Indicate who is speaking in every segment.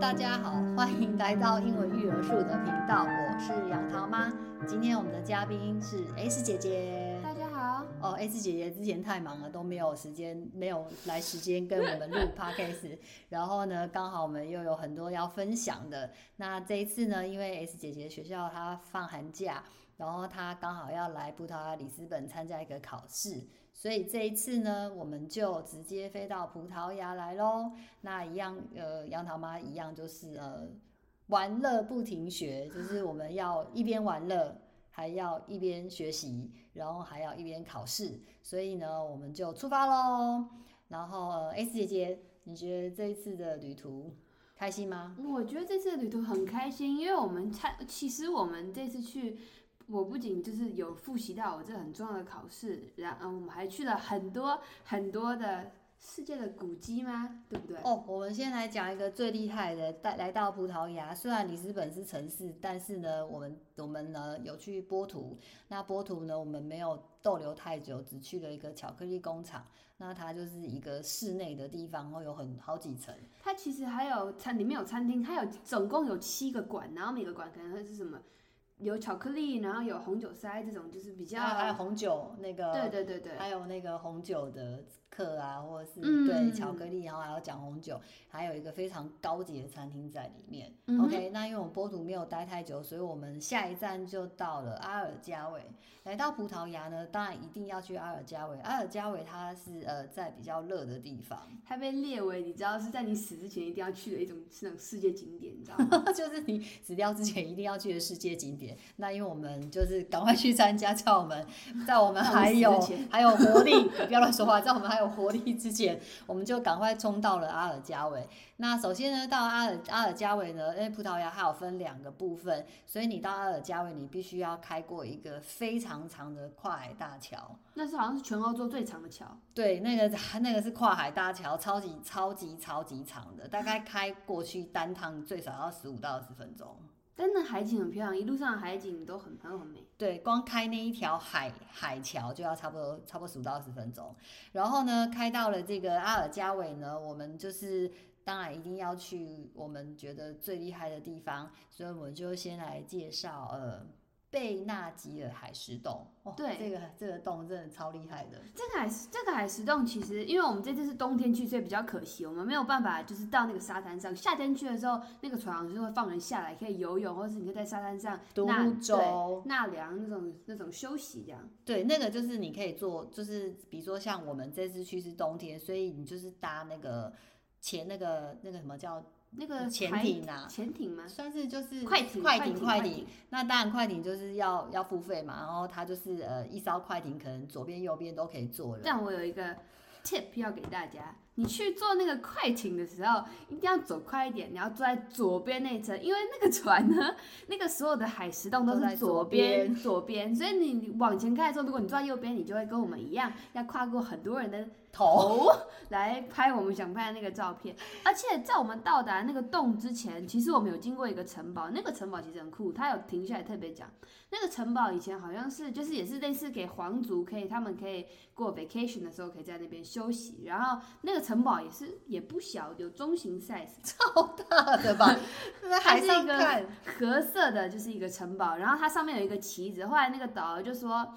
Speaker 1: 大家好，欢迎来到英文育儿术的频道，我是杨桃妈。今天我们的嘉宾是 S 姐姐。
Speaker 2: 大家好，
Speaker 1: 哦，S 姐姐之前太忙了，都没有时间，没有来时间跟我们录 podcast。然后呢，刚好我们又有很多要分享的。那这一次呢，因为 S 姐姐学校她放寒假，然后她刚好要来葡萄牙里斯本参加一个考试，所以这一次呢，我们就直接飞到葡萄牙来喽。那一样，呃，杨桃妈一样就是呃，玩乐不停学，就是我们要一边玩乐，还要一边学习，然后还要一边考试。所以呢，我们就出发喽。然后、呃、S 姐姐，你觉得这一次的旅途开心吗？
Speaker 2: 我觉得这次的旅途很开心，因为我们参，其实我们这次去，我不仅就是有复习到我这很重要的考试，然后我们还去了很多很多的世界的古迹吗？对不对？
Speaker 1: 哦，我们先来讲一个最厉害的，带来到葡萄牙。虽然里斯本是城市，但是呢，我们我们呢有去波图。那波图呢，我们没有逗留太久，只去了一个巧克力工厂。那它就是一个室内的地方，然后有很好几层。
Speaker 2: 它其实还有餐，里面有餐厅，它有总共有七个馆，然后每个馆可能会是什么，有巧克力，然后有红酒塞这种，就是比较，
Speaker 1: 然后还有红酒那个，
Speaker 2: 对对对对，
Speaker 1: 还有那个红酒的课啊，或者是、
Speaker 2: 嗯
Speaker 1: 对巧克力，然后还要讲红酒，还有一个非常高级的餐厅在里面。
Speaker 2: 嗯哼
Speaker 1: OK，那因为我们波图没有待太久，所以我们下一站就到了阿尔加韦。来到葡萄牙呢，当然一定要去阿尔加韦。阿尔加韦它是呃在比较热的地方，
Speaker 2: 它被列为你知道是在你死之前一定要去的一种是那种世界景点，你知道 吗？
Speaker 1: 就是你死掉之前一定要去的世界景点。那因为我们就是赶快去参加，叫我们在我们
Speaker 2: 在我们
Speaker 1: 还
Speaker 2: 死之
Speaker 1: 有
Speaker 2: 前
Speaker 1: 还有活力，不要乱说话，在我们还有活力之前，我们就赶快冲到了阿尔加韦。那首先呢，到阿尔阿尔加韦呢，因为葡萄牙它有分两个部分，所以你到阿尔加韦，你必须要开过一个非常长的跨海大桥。
Speaker 2: 那是好像是全欧洲最长的桥，
Speaker 1: 对，那个那个是跨海大桥，超级超级超级长的，大概开过去单趟最少要十五到二十分钟。
Speaker 2: 但那海景很漂亮，一路上的海景都很很很美。
Speaker 1: 对，光开那一条海海桥就要差不多差不多十五到二十分钟。然后呢，开到了这个阿尔加韦呢，我们就是当然一定要去我们觉得最厉害的地方，所以我们就先来介绍呃贝纳吉尔海石洞。哦，
Speaker 2: 对
Speaker 1: 这个这个洞真的超厉害的。
Speaker 2: 这个海这个海石洞其实，因为我们这次是冬天去，所以比较可惜，我们没有办法就是到那个沙滩上。夏天去的时候，那个船好像就会放人下来，可以游泳，或是你可以在沙滩上
Speaker 1: 独
Speaker 2: 纳
Speaker 1: 木舟
Speaker 2: 对纳凉那种那种休息这样。
Speaker 1: 对，那个就是你可以做，就是比如说像我们这次去是冬天，所以你就是搭那个前那个那个什么叫
Speaker 2: 那个
Speaker 1: 潜
Speaker 2: 海
Speaker 1: 艇啊
Speaker 2: 潜艇吗？
Speaker 1: 算是就是
Speaker 2: 快艇，
Speaker 1: 快
Speaker 2: 艇，
Speaker 1: 艇快
Speaker 2: 快
Speaker 1: 艇。，那当然，快艇就是要要付费嘛，然后它就是呃，一艘快艇可能左边右边都可以坐人。
Speaker 2: 但我有一个 tip 要给大家，你去坐那个快艇的时候，一定要走快一点，你要坐在左边那一层，因为那个船呢， 那个所有的海石洞都
Speaker 1: 都在
Speaker 2: 是左边，左边，所以你往前开的时候，如果你坐在右边，你就会跟我们一样，要跨过很多人的
Speaker 1: 头
Speaker 2: 头哦来拍我们想拍的那个照片。而且在我们到达那个洞之前，其实我们有经过一个城堡，那个城堡其实很酷，它有停下来特别讲，那个城堡以前好像是就是也是类似给皇族可以他们可以过 vacation 的时候可以在那边休息，然后那个城堡也是也不小，有中型 size，
Speaker 1: 超 大的啊吧？在海上看，
Speaker 2: 褐色的就是一个城堡，然后它上面有一个旗子。后来那个导游就说，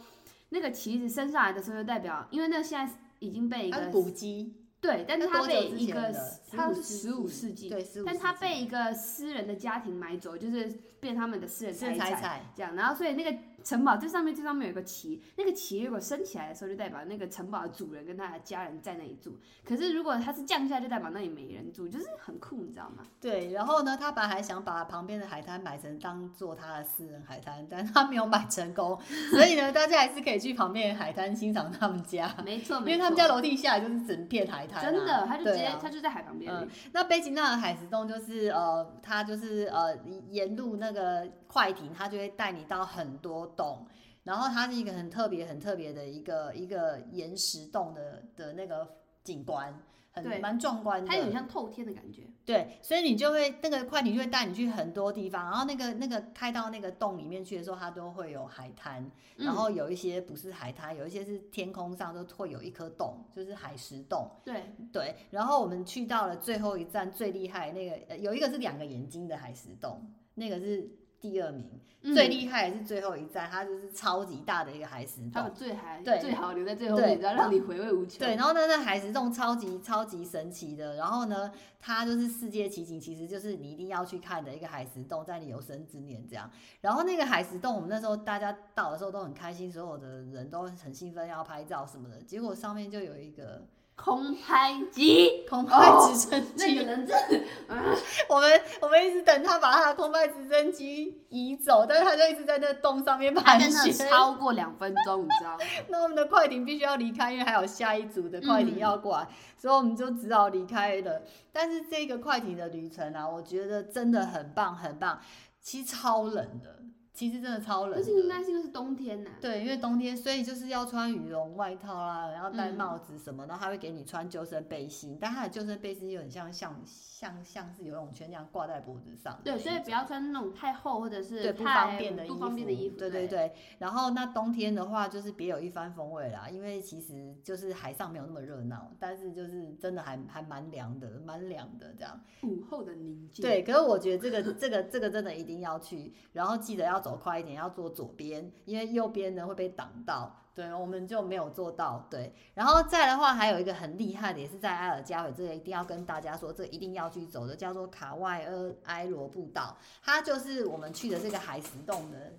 Speaker 2: 那个旗子升上来的时候，就代表，因为那现在已经被一
Speaker 1: 它是
Speaker 2: 个
Speaker 1: 古迹，
Speaker 2: 对，但是
Speaker 1: 那
Speaker 2: 它
Speaker 1: 多久
Speaker 2: 被
Speaker 1: 之
Speaker 2: 一
Speaker 1: 前
Speaker 2: 个
Speaker 1: 的
Speaker 2: 它是十
Speaker 1: 15
Speaker 2: 五世纪，
Speaker 1: 对，15
Speaker 2: 但它
Speaker 1: 世纪
Speaker 2: 被一个私人的家庭买走，就是变他们的私人
Speaker 1: 是
Speaker 2: 财
Speaker 1: 财
Speaker 2: 产。
Speaker 1: 产，
Speaker 2: 这样，然后所以那个城堡最上面最上面有个旗，那个旗如果升起来的时候，就代表那个城堡的主人跟他的家人在那里住。可是如果它是降下来，就代表那里没人住，就是很酷，你知道吗？
Speaker 1: 对。然后呢，他本来还想把旁边的海滩买成当做他的私人海滩，但他没有买成功，所以呢，大家还是可以去旁边的海滩欣赏他们家，
Speaker 2: 没错，
Speaker 1: 因
Speaker 2: 没
Speaker 1: 为他们
Speaker 2: 错
Speaker 1: 家楼梯下来就是整片海滩啊、
Speaker 2: 真的，他就直
Speaker 1: 对
Speaker 2: 接、
Speaker 1: 啊
Speaker 2: 他就在海旁边而已。
Speaker 1: 那北京那的海石洞就是呃，它就是呃沿路那个快艇，它就会带你到很多洞，然后它是一个很特别、很特别的一个一个岩石洞的的那个景观，
Speaker 2: 对
Speaker 1: 很蛮壮观的。
Speaker 2: 它有点像透天的感觉。
Speaker 1: 对，所以你就会那个快艇就会带你去很多地方，然后那个那个开到那个洞里面去的时候，它都会有海滩，然
Speaker 2: 嗯，
Speaker 1: 后有一些不是海滩，有一些是天空上都会有一颗洞，就是海石洞。
Speaker 2: 嗯对，
Speaker 1: 对，然后我们去到了最后一站，最厉害那个呃有一个是两个眼睛的海石洞，那个是第二名，
Speaker 2: 嗯
Speaker 1: 最厉害的是最后一站，它就是超级大的一个海石
Speaker 2: 它把
Speaker 1: 洞。
Speaker 2: 最还
Speaker 1: 对
Speaker 2: 最好留在最后
Speaker 1: 对
Speaker 2: 面，然后让你回味无穷。
Speaker 1: 对，然后呢，那海石洞超级超级神奇的，然后呢，它就是世界奇景，其实就是你一定要去看的一个海石洞，在你有生之年这样。然后那个海石洞，我们那时候大家到的时候都很开心，所有的人都很兴奋要拍照什么的，结果上面就有一个
Speaker 2: 空拍机，
Speaker 1: 空拍
Speaker 2: 哦
Speaker 1: 直升机，
Speaker 2: 那个人真的，啊
Speaker 1: 我们我们一直等他把他的空拍直升机移走，但是他就一直在那洞上面
Speaker 2: 他
Speaker 1: 盘
Speaker 2: 真的
Speaker 1: 旋。
Speaker 2: 超过两分钟，你知道吗？
Speaker 1: 那我们的快艇必须要离开，因为还有下一组的快
Speaker 2: 嗯
Speaker 1: 艇要过来，所以我们就只好离开了。但是这个快艇的旅程啊，我觉得真的很棒，很棒。其实超冷的，其实真的超冷
Speaker 2: 而且应
Speaker 1: 的。
Speaker 2: 该是因为是冬天呐、
Speaker 1: 对，因为冬天，所以就是要穿羽绒外套啦，然后戴
Speaker 2: 嗯
Speaker 1: 帽子什么，然后他会给你穿救生背心，但他的救生背心又很像像像像是游泳圈那样挂在脖子上的那
Speaker 2: 对，
Speaker 1: 一种。
Speaker 2: 所以不要穿那种太厚或者是
Speaker 1: 对
Speaker 2: 太
Speaker 1: 不方便的
Speaker 2: 不方便的衣服。
Speaker 1: 对对，
Speaker 2: 对
Speaker 1: 对。然后那冬天的话，就是别有一番风味啦，因为其实就是海上没有那么热闹，但是就是真的还还蛮凉的，蛮凉的这样。
Speaker 2: 午后的宁静。
Speaker 1: 对，可是我觉得这个这个这个真的一定要去，然后记得要走快一点，要坐左边，因为右边呢会被挡到。对，我们就没有做到。对，然后再的话，还有一个很厉害的，也是在埃尔加韦，这个一定要跟大家说，这个一定要去走的，叫做卡外埃埃罗步道，它就是我们去的这个海石洞的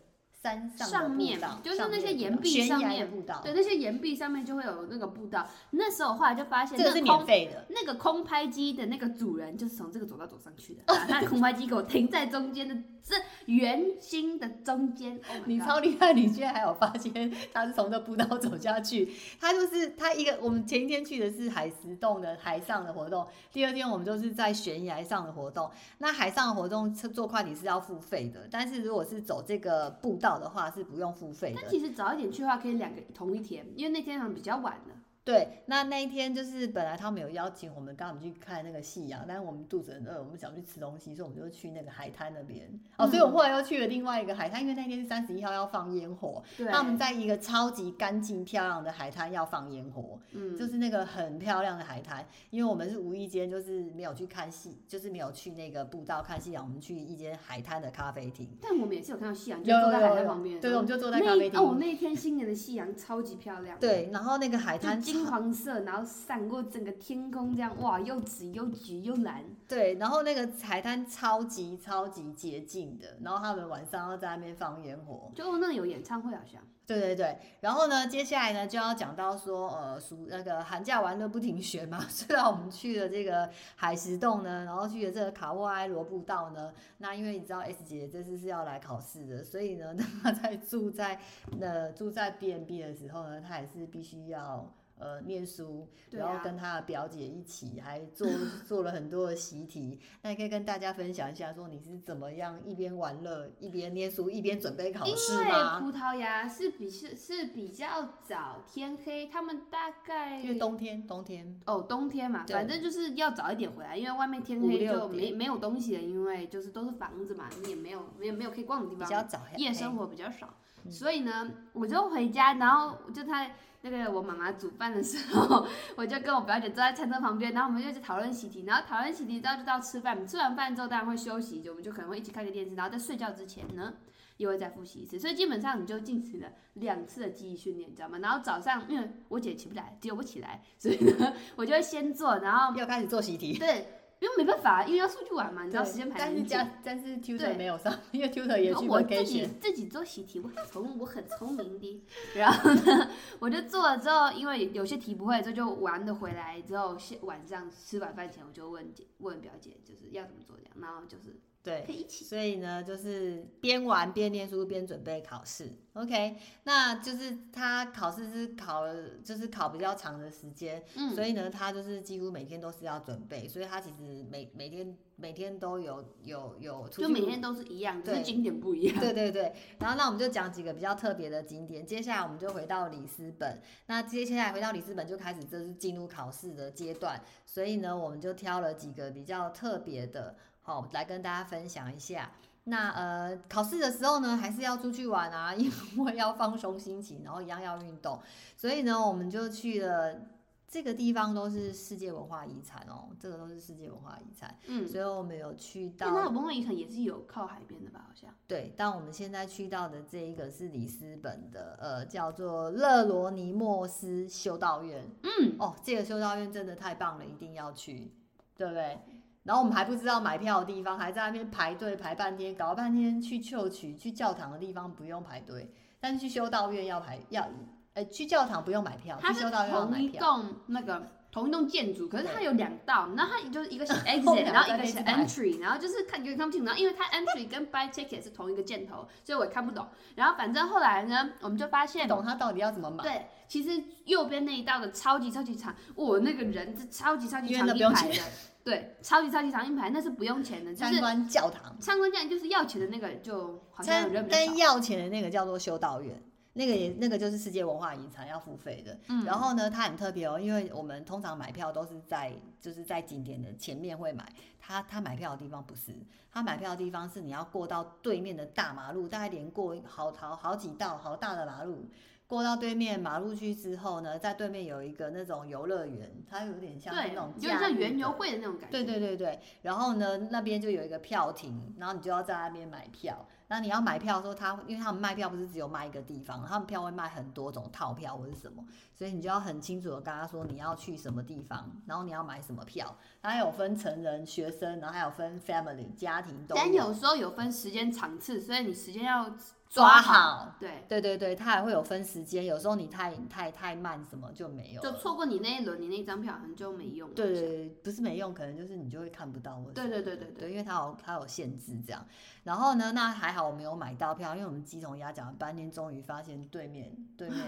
Speaker 1: 山上的
Speaker 2: 上面
Speaker 1: 步道
Speaker 2: 就是
Speaker 1: 上
Speaker 2: 那些
Speaker 1: 面的
Speaker 2: 岩
Speaker 1: 步道
Speaker 2: 壁
Speaker 1: 悬
Speaker 2: 上
Speaker 1: 崖的
Speaker 2: 面
Speaker 1: 步道，
Speaker 2: 对，那些岩壁上面就会有那个步道。那时候后来就发现，
Speaker 1: 这个是
Speaker 2: 那
Speaker 1: 免
Speaker 2: 空
Speaker 1: 费的。
Speaker 2: 那个空拍机的那个主人就是从这个走道走上 去的，把他的空拍机给我停在中间的这圆心的中间。Oh my
Speaker 1: 你
Speaker 2: god
Speaker 1: 超厉害，你居然还有发现他是从这步道走下去。他就是他一个，我们前一天去的是海石洞的海上的活动，第二天我们就是在悬崖上的活动。那海上的活动坐快艇是要付费的，但是如果是走这个步道的话是不用付费的
Speaker 2: 但。其实早一点去的话，可以两个同一天，因为那天好像比较晚了。
Speaker 1: 对，那那一天就是本来他们有邀请我们刚好我们去看那个夕阳，但是我们肚子很饿，我们想去吃东西，所以我们就去那个海滩那边。哦，所以我们后来又去了另外一个海滩，因为那天是三十一号要放烟火，
Speaker 2: 对，
Speaker 1: 他们在一个超级干净漂亮的海滩要放烟火，
Speaker 2: 嗯，
Speaker 1: 就是那个很漂亮的海滩。因为我们是无意间，就是没有去看戏，就是没有去那个步道看夕啊阳，我们去一间海滩的咖啡厅。
Speaker 2: 但我们也是有看到夕阳，就
Speaker 1: 有
Speaker 2: 坐在海
Speaker 1: 有
Speaker 2: 滩
Speaker 1: 有
Speaker 2: 旁边。
Speaker 1: 对，我们就坐在咖啡
Speaker 2: 那
Speaker 1: 厅。
Speaker 2: 哦，我那一天新年的夕阳超级漂亮。。
Speaker 1: 对，然后那个海
Speaker 2: 就
Speaker 1: 滩
Speaker 2: 金黄色，然后闪过整个天空，这样哇，又紫又橘又蓝。
Speaker 1: 对，然后那个海滩超级超级洁净的，然后他们晚上要在那边放烟火。
Speaker 2: 就哦那个有演唱会好像，
Speaker 1: 对对对，然后呢，接下来呢就要讲到说，呃，暑那个寒假玩乐不停学嘛。 虽然我们去了这个海石洞呢，然后去了这个卡沃埃罗步道呢，那因为你知道 S 姐这次是要来考试的，所以呢， 她在住在呃住在 B&B 的时候呢，她也是必须要呃念书，
Speaker 2: 对
Speaker 1: 然后
Speaker 2: 啊，
Speaker 1: 跟她的表姐一起还做 做了很多的习题。那你可以跟大家分享一下，说你是怎么样一边玩乐一边念书一边准备考
Speaker 2: 因
Speaker 1: 试
Speaker 2: 为
Speaker 1: 吗？
Speaker 2: 葡萄牙是比是是比较早天黑，他们大概
Speaker 1: 因为冬天，冬天
Speaker 2: 哦冬天嘛，
Speaker 1: 对
Speaker 2: 反正就是要早一点回来，因为外面天
Speaker 1: 五
Speaker 2: 黑
Speaker 1: 六
Speaker 2: 就没
Speaker 1: 点
Speaker 2: 没有东西了，因为就是都是房子嘛，你也没有没有没有可以逛的地
Speaker 1: 比
Speaker 2: 方，
Speaker 1: 较早，哎
Speaker 2: 夜生
Speaker 1: 活
Speaker 2: 活比较少，
Speaker 1: 嗯
Speaker 2: 所以呢，我就回家，然后就在那个我妈妈煮饭的时候， 我就跟我表姐坐在餐桌旁边，然后我们就一直讨论习题，然后讨论习题之后就到吃饭，吃完饭之后当然会休息，就我们就可能会一起看个电视，然后在睡觉之前呢。也会再复习一次，所以基本上你就进行了两次的记忆训练，你知道吗？然后早上，因为我姐起不来，只有我起来，所以呢， 我就会先做，然后
Speaker 1: 要开始做习题。
Speaker 2: 对，因为没办法，因为要出去玩嘛，你知道
Speaker 1: 对
Speaker 2: 时间排得
Speaker 1: 但是
Speaker 2: 很紧。
Speaker 1: 家但是 tutor
Speaker 2: 对
Speaker 1: 没有上，因为 tutor 也去
Speaker 2: 我自己
Speaker 1: vacation。
Speaker 2: 自己做习题，我很聪，我很聪明的。然后呢， 我就做了之后，因为有些题不会，这就玩的回来之后，下晚上吃晚饭前，我就问姐问表姐，就是要怎么做这样，然后就是
Speaker 1: 对，
Speaker 2: 可以一起。
Speaker 1: 所以呢，就是边玩边念书边准备考试。OK，那就是他考试是考了，就是考比较长的时间，
Speaker 2: 嗯
Speaker 1: 所以呢，他就是几乎每天都是要准备，所以他其实每每天每天都有有有出
Speaker 2: 就
Speaker 1: 去
Speaker 2: 每天都是一样，只是
Speaker 1: 对
Speaker 2: 景点不 一样。
Speaker 1: 对对对，然后那我们就讲几个比较特别的景点。接下来我们就回到里斯本，那接下来回到里斯本就开始这是进入考试的阶段，所以呢，我们就挑了几个比较特别的，好、来跟大家分享一下。那呃，考试的时候呢，还是要出去玩啊，因为要放松心情，然后一样要运动，所以呢，我们就去了这个地方，都是世界文化遗产哦，这个都是世界文化遗产，
Speaker 2: 嗯，
Speaker 1: 所以我们有去到
Speaker 2: 但它的文化遗产也是有靠海边的吧？好像。
Speaker 1: 对，但我们现在去到的这一个是里斯本的，呃，叫做勒罗尼莫斯修道院。
Speaker 2: 嗯，
Speaker 1: 哦，这个修道院真的太棒了，一定要去，对不对？然后我们还不知道买票的地方，还在那边排队排半天，搞了半天去旧曲去教堂的地方不用排队，但是去修道院要排要，呃，去教堂不用买票，
Speaker 2: 它
Speaker 1: 去
Speaker 2: 是
Speaker 1: 修道院要
Speaker 2: 同
Speaker 1: 买
Speaker 2: 一
Speaker 1: 票。
Speaker 2: 栋那个同一栋建筑，可是它
Speaker 1: 对
Speaker 2: 有两道，然后它就 是一个写
Speaker 1: 后
Speaker 2: exit，
Speaker 1: 面
Speaker 2: 然后
Speaker 1: 还
Speaker 2: 一个
Speaker 1: 在
Speaker 2: 写
Speaker 1: 那边
Speaker 2: entry，然后就是看有点看不清楚，然后因为它 entry 跟 buy ticket 是同一个箭头，所以我也看不懂。然后反正后来呢，我们就发现
Speaker 1: 不懂他到底要怎么买，
Speaker 2: 对，其实右边那一道的超级超级长，我那个人是超级超级
Speaker 1: 因为
Speaker 2: 长
Speaker 1: 那
Speaker 2: 一
Speaker 1: 不用
Speaker 2: 排的，对，超级超级长一排，那是不用钱的，就
Speaker 1: 参
Speaker 2: 是
Speaker 1: 观教堂。
Speaker 2: 参观这样就是要钱的那个就好像有
Speaker 1: 但
Speaker 2: 人比较少
Speaker 1: 但，要钱的那个叫做修道院，那个也那个就是世界文化遗产要付费的。
Speaker 2: 嗯
Speaker 1: 然后呢，它很特别哦，因为我们通常买票都是在就是在景点的前面会买，他他买票的地方不是，他买票的地方是你要过到对面的大马路，大概连过好好好几道好大的马路。过到对面马路去之后呢，在对面有一个那种游乐园，它有点像那
Speaker 2: 对，
Speaker 1: 种
Speaker 2: 有
Speaker 1: 假
Speaker 2: 点像
Speaker 1: 日
Speaker 2: 园
Speaker 1: 的
Speaker 2: 游会的那种感觉，
Speaker 1: 对对对对，然后呢，那边就有一个票亭，然后你就要在那边买票。那你要买票的时候，他因为他们卖票不是只有卖一个地方，他们票会卖很多种套票或是什么，所以你就要很清楚的跟他说你要去什么地方，然后你要买什么票。它还有分成人、学生，然后还有分 family 家庭都
Speaker 2: 但有时候有分时间场次，所以你时间要
Speaker 1: 抓
Speaker 2: 好。
Speaker 1: 好。
Speaker 2: 对，
Speaker 1: 对对对，它还会有分时间，有时候你太太太慢什么就没有
Speaker 2: 就
Speaker 1: 了。
Speaker 2: 错过你那一轮，你那张票好像就没用了。
Speaker 1: 对对对，不是没用，可能就是你就会看不到或者
Speaker 2: 对对对对对
Speaker 1: 对，因为它有它有限制这样。然后呢，那还好我没有买到票，因为我们鸡同鸭讲了半天，终于发现对面对 面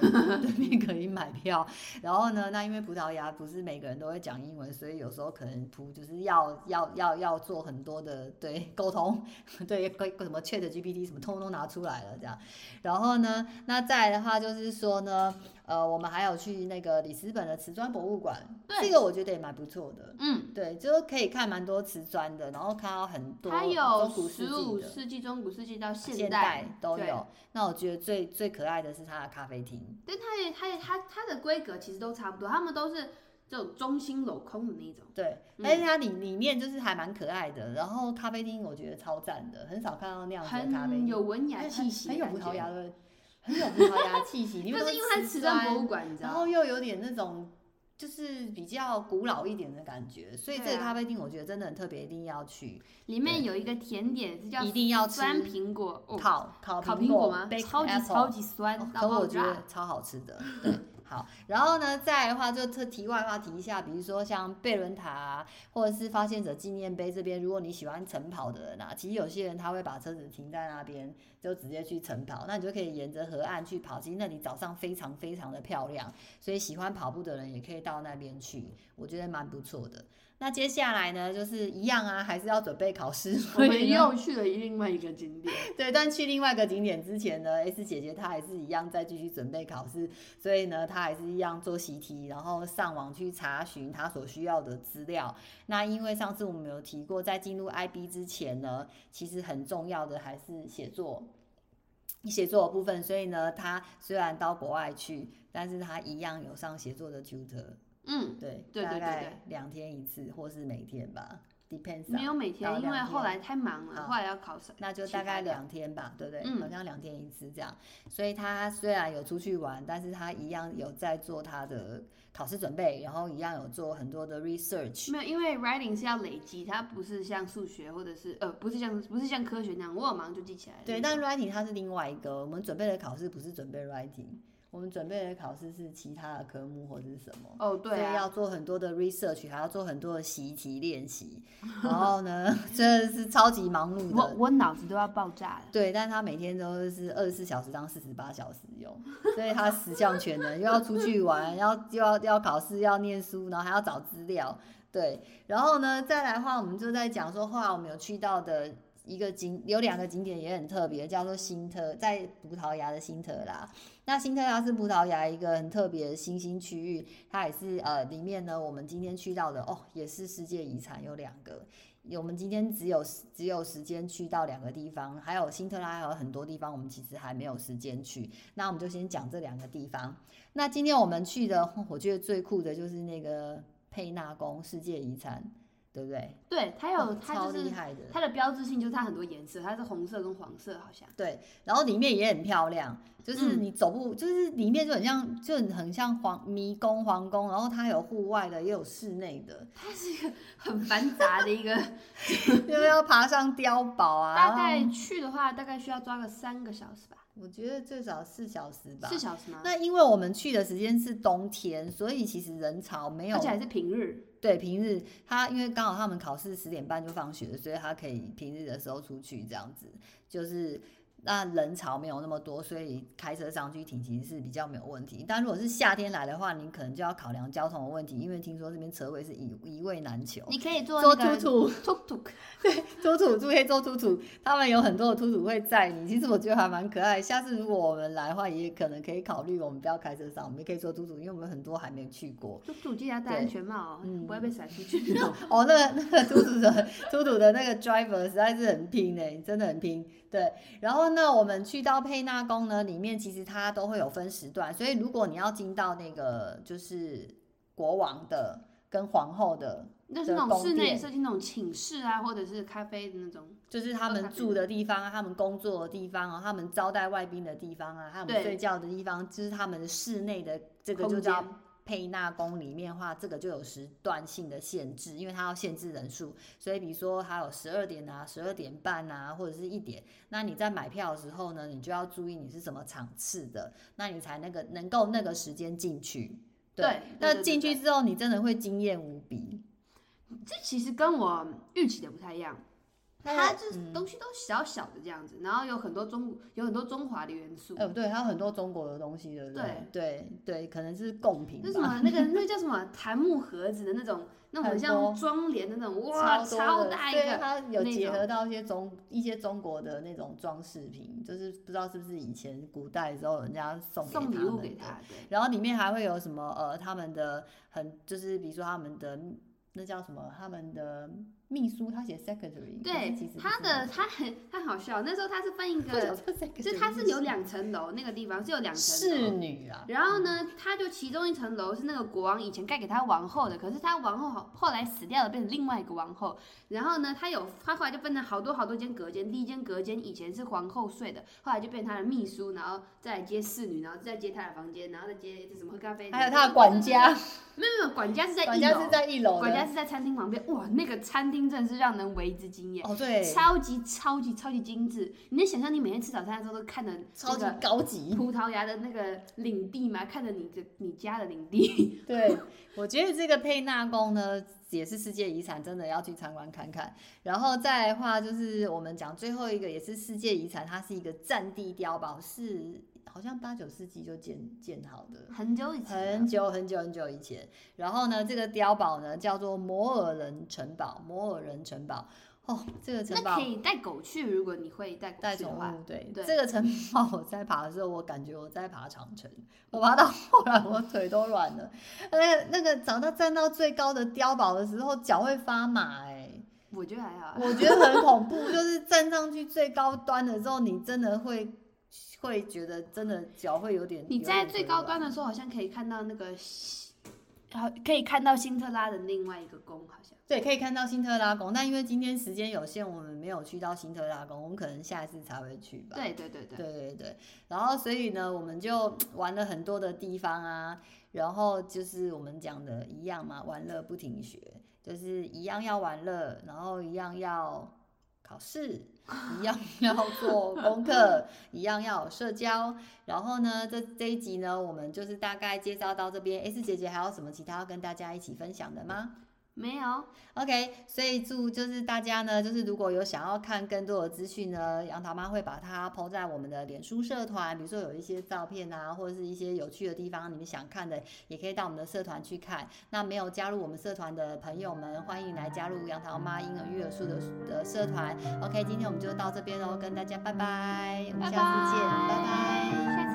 Speaker 1: 对面可以买票。然后呢，那因为葡萄牙不是每个人都会讲英文，所以有时候可能葡就是要要要要做很多的对沟通，对跟什么 Chat GPT 什么通通拿出来了这样。然后呢，那再来的话就是说呢，呃，我们还有去那个里斯本的瓷砖博物馆，
Speaker 2: 对
Speaker 1: 这个我觉得也蛮不错的。
Speaker 2: 嗯，
Speaker 1: 对，就是可以看蛮多瓷砖的，然后看到很多
Speaker 2: 它有
Speaker 1: 中古世
Speaker 2: 十
Speaker 1: 纪
Speaker 2: 五
Speaker 1: 的、
Speaker 2: 世纪、中古世纪到
Speaker 1: 现
Speaker 2: 代
Speaker 1: 都
Speaker 2: 对
Speaker 1: 有。那我觉得最最可爱的是它的咖啡厅，
Speaker 2: 但它也它也它它的规格其实都差不多，他们都是这种中心镂空的那种。
Speaker 1: 对，
Speaker 2: 嗯
Speaker 1: 而且它里里面就是还蛮可爱的，然后咖啡厅我觉得超赞的，很少看到那样子的咖啡
Speaker 2: 很
Speaker 1: 厅，
Speaker 2: 有文
Speaker 1: 因
Speaker 2: 雅
Speaker 1: 为
Speaker 2: 气息，
Speaker 1: 很有葡萄。牙的，很有葡萄牙的气息，里面 都
Speaker 2: 就是因为它
Speaker 1: 瓷
Speaker 2: 瓷砖博物馆，你知
Speaker 1: 然
Speaker 2: 道，
Speaker 1: 后又有点那种就是比较古老一点的感觉，所以
Speaker 2: 对
Speaker 1: 这个
Speaker 2: 啊
Speaker 1: 咖啡厅我觉得真的很特别，一定要去，
Speaker 2: 里面有一个甜点是叫
Speaker 1: 一定要吃
Speaker 2: 酸苹果，哦，
Speaker 1: 烤烤
Speaker 2: 烤
Speaker 1: 苹
Speaker 2: 苹果吗？
Speaker 1: baked
Speaker 2: 超级
Speaker 1: apple
Speaker 2: 超级酸啊
Speaker 1: 哦，
Speaker 2: 到
Speaker 1: 可
Speaker 2: 爆
Speaker 1: 我觉
Speaker 2: 炸。
Speaker 1: 得超好吃的。对，好，然后呢，再来的话就特题外话提一下，比如说像贝伦塔、啊、或者是发现者纪念碑这边，如果你喜欢晨跑的人啊，其实有些人他会把车子停在那边，就直接去晨跑，那你就可以沿着河岸去跑。其实那里早上非常非常的漂亮，所以喜欢跑步的人也可以到那边去，我觉得蛮不错的。那接下来呢，就是一样啊，还是要准备考试，
Speaker 2: 我
Speaker 1: 所以
Speaker 2: 们
Speaker 1: 呢
Speaker 2: 又去了另外一个景点，
Speaker 1: 对，但去另外一个景点之前呢，S 姐姐她还是一样在继续准备考试，所以呢，她还是一样做习题，然后上网去查询她所需要的资料。那因为上次我们有提过，在进入 IB 之前呢，其实很重要的还是写作。写作的部分，所以呢，她虽然到国外去，但是她一样有上写作的 tutor，
Speaker 2: 嗯，
Speaker 1: 对，
Speaker 2: 对对
Speaker 1: 大
Speaker 2: 对对
Speaker 1: 概两天一次，或是每天吧，depends
Speaker 2: 没
Speaker 1: on，
Speaker 2: 有每天，
Speaker 1: 到
Speaker 2: 因为
Speaker 1: 两
Speaker 2: 后
Speaker 1: 天嗯
Speaker 2: 来太忙了，
Speaker 1: 好
Speaker 2: 后来要考试，
Speaker 1: 那就
Speaker 2: 其
Speaker 1: 大
Speaker 2: 他
Speaker 1: 概
Speaker 2: 的
Speaker 1: 两天吧，对不对？
Speaker 2: 嗯
Speaker 1: 好像两天一次这样。所以他虽然有出去玩，但是他一样有在做他的考试准备，然后一样有做很多的 research。
Speaker 2: 没有，因为 writing 是要累积，它不是像数学或者是呃，不是像不是像科学那样，我有忙就记起来了。
Speaker 1: 对，但 writing 它是另外一个，我们准备的考试不是准备 writing，我们准备的考试是其他的科目或者是什么。
Speaker 2: 哦，对
Speaker 1: 所以
Speaker 2: 啊，
Speaker 1: 要做很多的 research，还要做很多的习题练习，然后呢， 真的是超级忙碌
Speaker 2: 我
Speaker 1: 的。
Speaker 2: 我脑子都要爆炸了。
Speaker 1: 对，但他每天都是二十四小时当四十八小时用， 所以他十项全能，又要出去玩，要又要又要考试，要念书，然后还要找资料。对，然后呢，再来的话，我们就在讲说，后来我们有去到的一个景，有两个景点也很特别，叫做新特，在葡萄牙的新特拉。那新特拉是葡萄牙一个很特别的新兴区域，它也是呃里面呢，我们今天去到的哦，也是世界遗产有两个。我们今天只有只有时间去到两个地方，还有新特拉还有很多地方我们其实还没有时间去。那我们就先讲这两个地方。那今天我们去的，我觉得最酷的就是那个佩纳宫世界遗产，对不对？
Speaker 2: 对，它有
Speaker 1: 哦
Speaker 2: 它
Speaker 1: 超
Speaker 2: 就是
Speaker 1: 厉害的。
Speaker 2: 它的标志性就是它很多颜色，它是红色跟黄色好像。
Speaker 1: 对，然后里面也很漂亮，就是
Speaker 2: 嗯
Speaker 1: 你走步，就是里面就很像，就很很像皇迷宫、皇宫，然后它有户外的，也有室内的，
Speaker 2: 它是一个很繁杂的一个，
Speaker 1: 因为要爬上碉堡啊。
Speaker 2: 大
Speaker 1: 然
Speaker 2: 概
Speaker 1: 后
Speaker 2: 去的话大概需要抓个三个小时吧，
Speaker 1: 我觉得最少四小时吧。
Speaker 2: 四小时吗？
Speaker 1: 那因为我们去的时间是冬天，所以其实人潮没有
Speaker 2: 而且还是平日。
Speaker 1: 对平日他，因为刚好他们考试十点半就放学，所以他可以平日的时候出去这样子，就是那人潮没有那么多，所以开车上去停其实是比较没有问题。但如果是夏天来的话，你可能就要考量交通的问题，因为听说这边车位是一一位难求。
Speaker 2: 你可以坐
Speaker 1: 做突
Speaker 2: 那个
Speaker 1: 土，
Speaker 2: tuk tuk，
Speaker 1: 突土，做黑做突土，他们有很多的突土会载你。其实我觉得还蛮可爱。下次如果我们来的话，也可能可以考虑我们不要开车上，我们也可以做突土，因为我们很多还没有去过。
Speaker 2: tuk tuk 记得要戴
Speaker 1: 对
Speaker 2: 安全帽哦，
Speaker 1: 嗯
Speaker 2: 不会被甩出 去。
Speaker 1: 哦，那个那个突土的突土的那 个 driver 实在是很拼呢、真的很拼。对，然后呢，我们去到佩纳宫呢，里面其实它都会有分时段，所以如果你要进到那个就是国王的跟皇后的，
Speaker 2: 那是那种室
Speaker 1: 宫
Speaker 2: 内
Speaker 1: 殿
Speaker 2: 设计那种寝室啊，或者是咖啡的那种。
Speaker 1: 就是他们住的地方啊，他们工作的地方啊，他们招待外宾的地方啊，他们
Speaker 2: 对
Speaker 1: 睡觉的地方，就是他们室内的这个
Speaker 2: 空
Speaker 1: 就叫
Speaker 2: 间
Speaker 1: 佩纳宫里面的话，这个就有时段性的限制，因为它要限制人数，所以比如说还有十二点啊、十二点半啊，或者是一点。那你在买票的时候呢，你就要注意你是什么场次的，那你才那个能够那个时间进去。
Speaker 2: 对对
Speaker 1: 那
Speaker 2: 对
Speaker 1: 进
Speaker 2: 对
Speaker 1: 去之后，你真的会惊艳无比。
Speaker 2: 这其实跟我预期的不太一样，它就是
Speaker 1: 嗯
Speaker 2: 东西都小小的这样子，然后有很多中有很多中华的元素。
Speaker 1: 呃，对，还有很多中国的东西，对不对？对对，可能是贡品
Speaker 2: 那什
Speaker 1: 吧。
Speaker 2: 么，那个那叫什么檀木盒子的那种，那种很
Speaker 1: 很多
Speaker 2: 像窗帘的那种，哇，
Speaker 1: 超多
Speaker 2: 超
Speaker 1: 的
Speaker 2: 大一
Speaker 1: 对
Speaker 2: 个，
Speaker 1: 它有
Speaker 2: 那
Speaker 1: 结
Speaker 2: 种
Speaker 1: 合到一些中一些中国的那种装饰品，就是不知道是不是以前古代的时候人家送给
Speaker 2: 送礼物
Speaker 1: 们
Speaker 2: 给
Speaker 1: 的。
Speaker 2: 他，对，
Speaker 1: 然后里面还会有什么呃，他们的很就是比如说他们的那叫什么，他们的秘书他写 secretary，可是其
Speaker 2: 对
Speaker 1: 实，不
Speaker 2: 他
Speaker 1: 是
Speaker 2: 的他很他好笑，那时候他是分 一
Speaker 1: 不小
Speaker 2: 个，
Speaker 1: 心 secretary
Speaker 2: 就是他是有两层楼，那个地方是有两层
Speaker 1: 侍
Speaker 2: 楼。
Speaker 1: 女啊，
Speaker 2: 然后呢，他就其中一层楼是那个国王以前盖给他王后的，可是他王后后后来死掉了，变成另外一个王后。然后呢，他有他后来就分成好多好多间隔间，第一间隔间以前是皇后睡的，后来就变成他的秘书，然后再来接侍女，然后再接他的房间，然后再接这什么喝咖啡，
Speaker 1: 还有他的管家，
Speaker 2: 没有没有，管家是在
Speaker 1: 管
Speaker 2: 一
Speaker 1: 家
Speaker 2: 楼
Speaker 1: 是，在一楼
Speaker 2: 管家
Speaker 1: 的。
Speaker 2: 是在餐厅旁边。哇，那个餐厅真的是让人为之惊艳。
Speaker 1: 哦，对，
Speaker 2: 超级超级超级精致！你能想象你每天吃早餐的时候都看着
Speaker 1: 超
Speaker 2: 那
Speaker 1: 级
Speaker 2: 个
Speaker 1: 高级。
Speaker 2: 葡萄牙的那个领地嘛，看着你的你家的领 地，
Speaker 1: 对，我觉得这个佩纳宫呢也是世界遗产，真的要去参观看看。然后再来的话，就是我们讲最后一个也是世界遗产，它是一个战地碉堡，是好像八九世纪就建建好的。
Speaker 2: 很久以前
Speaker 1: 很
Speaker 2: 了，
Speaker 1: 久很久很久以前，然后呢，这个碉堡呢叫做摩尔人城堡，摩尔人城堡。哦，这个城
Speaker 2: 那
Speaker 1: 堡
Speaker 2: 可以带狗去，如果你会带狗
Speaker 1: 带
Speaker 2: 去的
Speaker 1: 宠
Speaker 2: 话。
Speaker 1: 物，对
Speaker 2: 对
Speaker 1: 这个城堡，我在爬的时候，我感觉我在爬长城，我爬到后来我腿都软了。那个那个，长到站到最高的碉堡的时候，脚会发麻、欸，
Speaker 2: 我觉得还好啊，
Speaker 1: 我觉得很恐怖。就是站上去最高端的时候，你真的会会觉得真的脚会有点。
Speaker 2: 你在最高端
Speaker 1: 的
Speaker 2: 的时候好像可以看到那个西，好可以看到辛特拉的另外一个宫，好像
Speaker 1: 对，可以看到新特拉宫，但因为今天时间有限，我们没有去到新特拉宫，我们可能下一次才会去吧。
Speaker 2: 对对对对，
Speaker 1: 对对对，然后所以呢，我们就玩了很多的地方啊，然后就是我们讲的一样嘛，玩乐不停学，就是一样要玩乐，然后一样要考试，一样要做功课，一样要有社交。然后呢，这这一集呢，我们就是大概介绍到这边。S 姐姐还有什么其他要跟大家一起分享的吗？
Speaker 2: 没有，
Speaker 1: OK，所以祝就是大家呢，就是如果有想要看更多的资讯呢，杨桃妈会把它抛在我们的脸书社团，比如说有一些照片啊，或者是一些有趣的地方，你们想看的也可以到我们的社团去看。那没有加入我们社团的朋友们，欢迎来加入杨桃妈英语育儿树的的社团。OK，今天我们就到这边喽，跟大家拜拜，我们下
Speaker 2: 拜
Speaker 1: 次见，拜
Speaker 2: 拜
Speaker 1: 拜
Speaker 2: 下次见。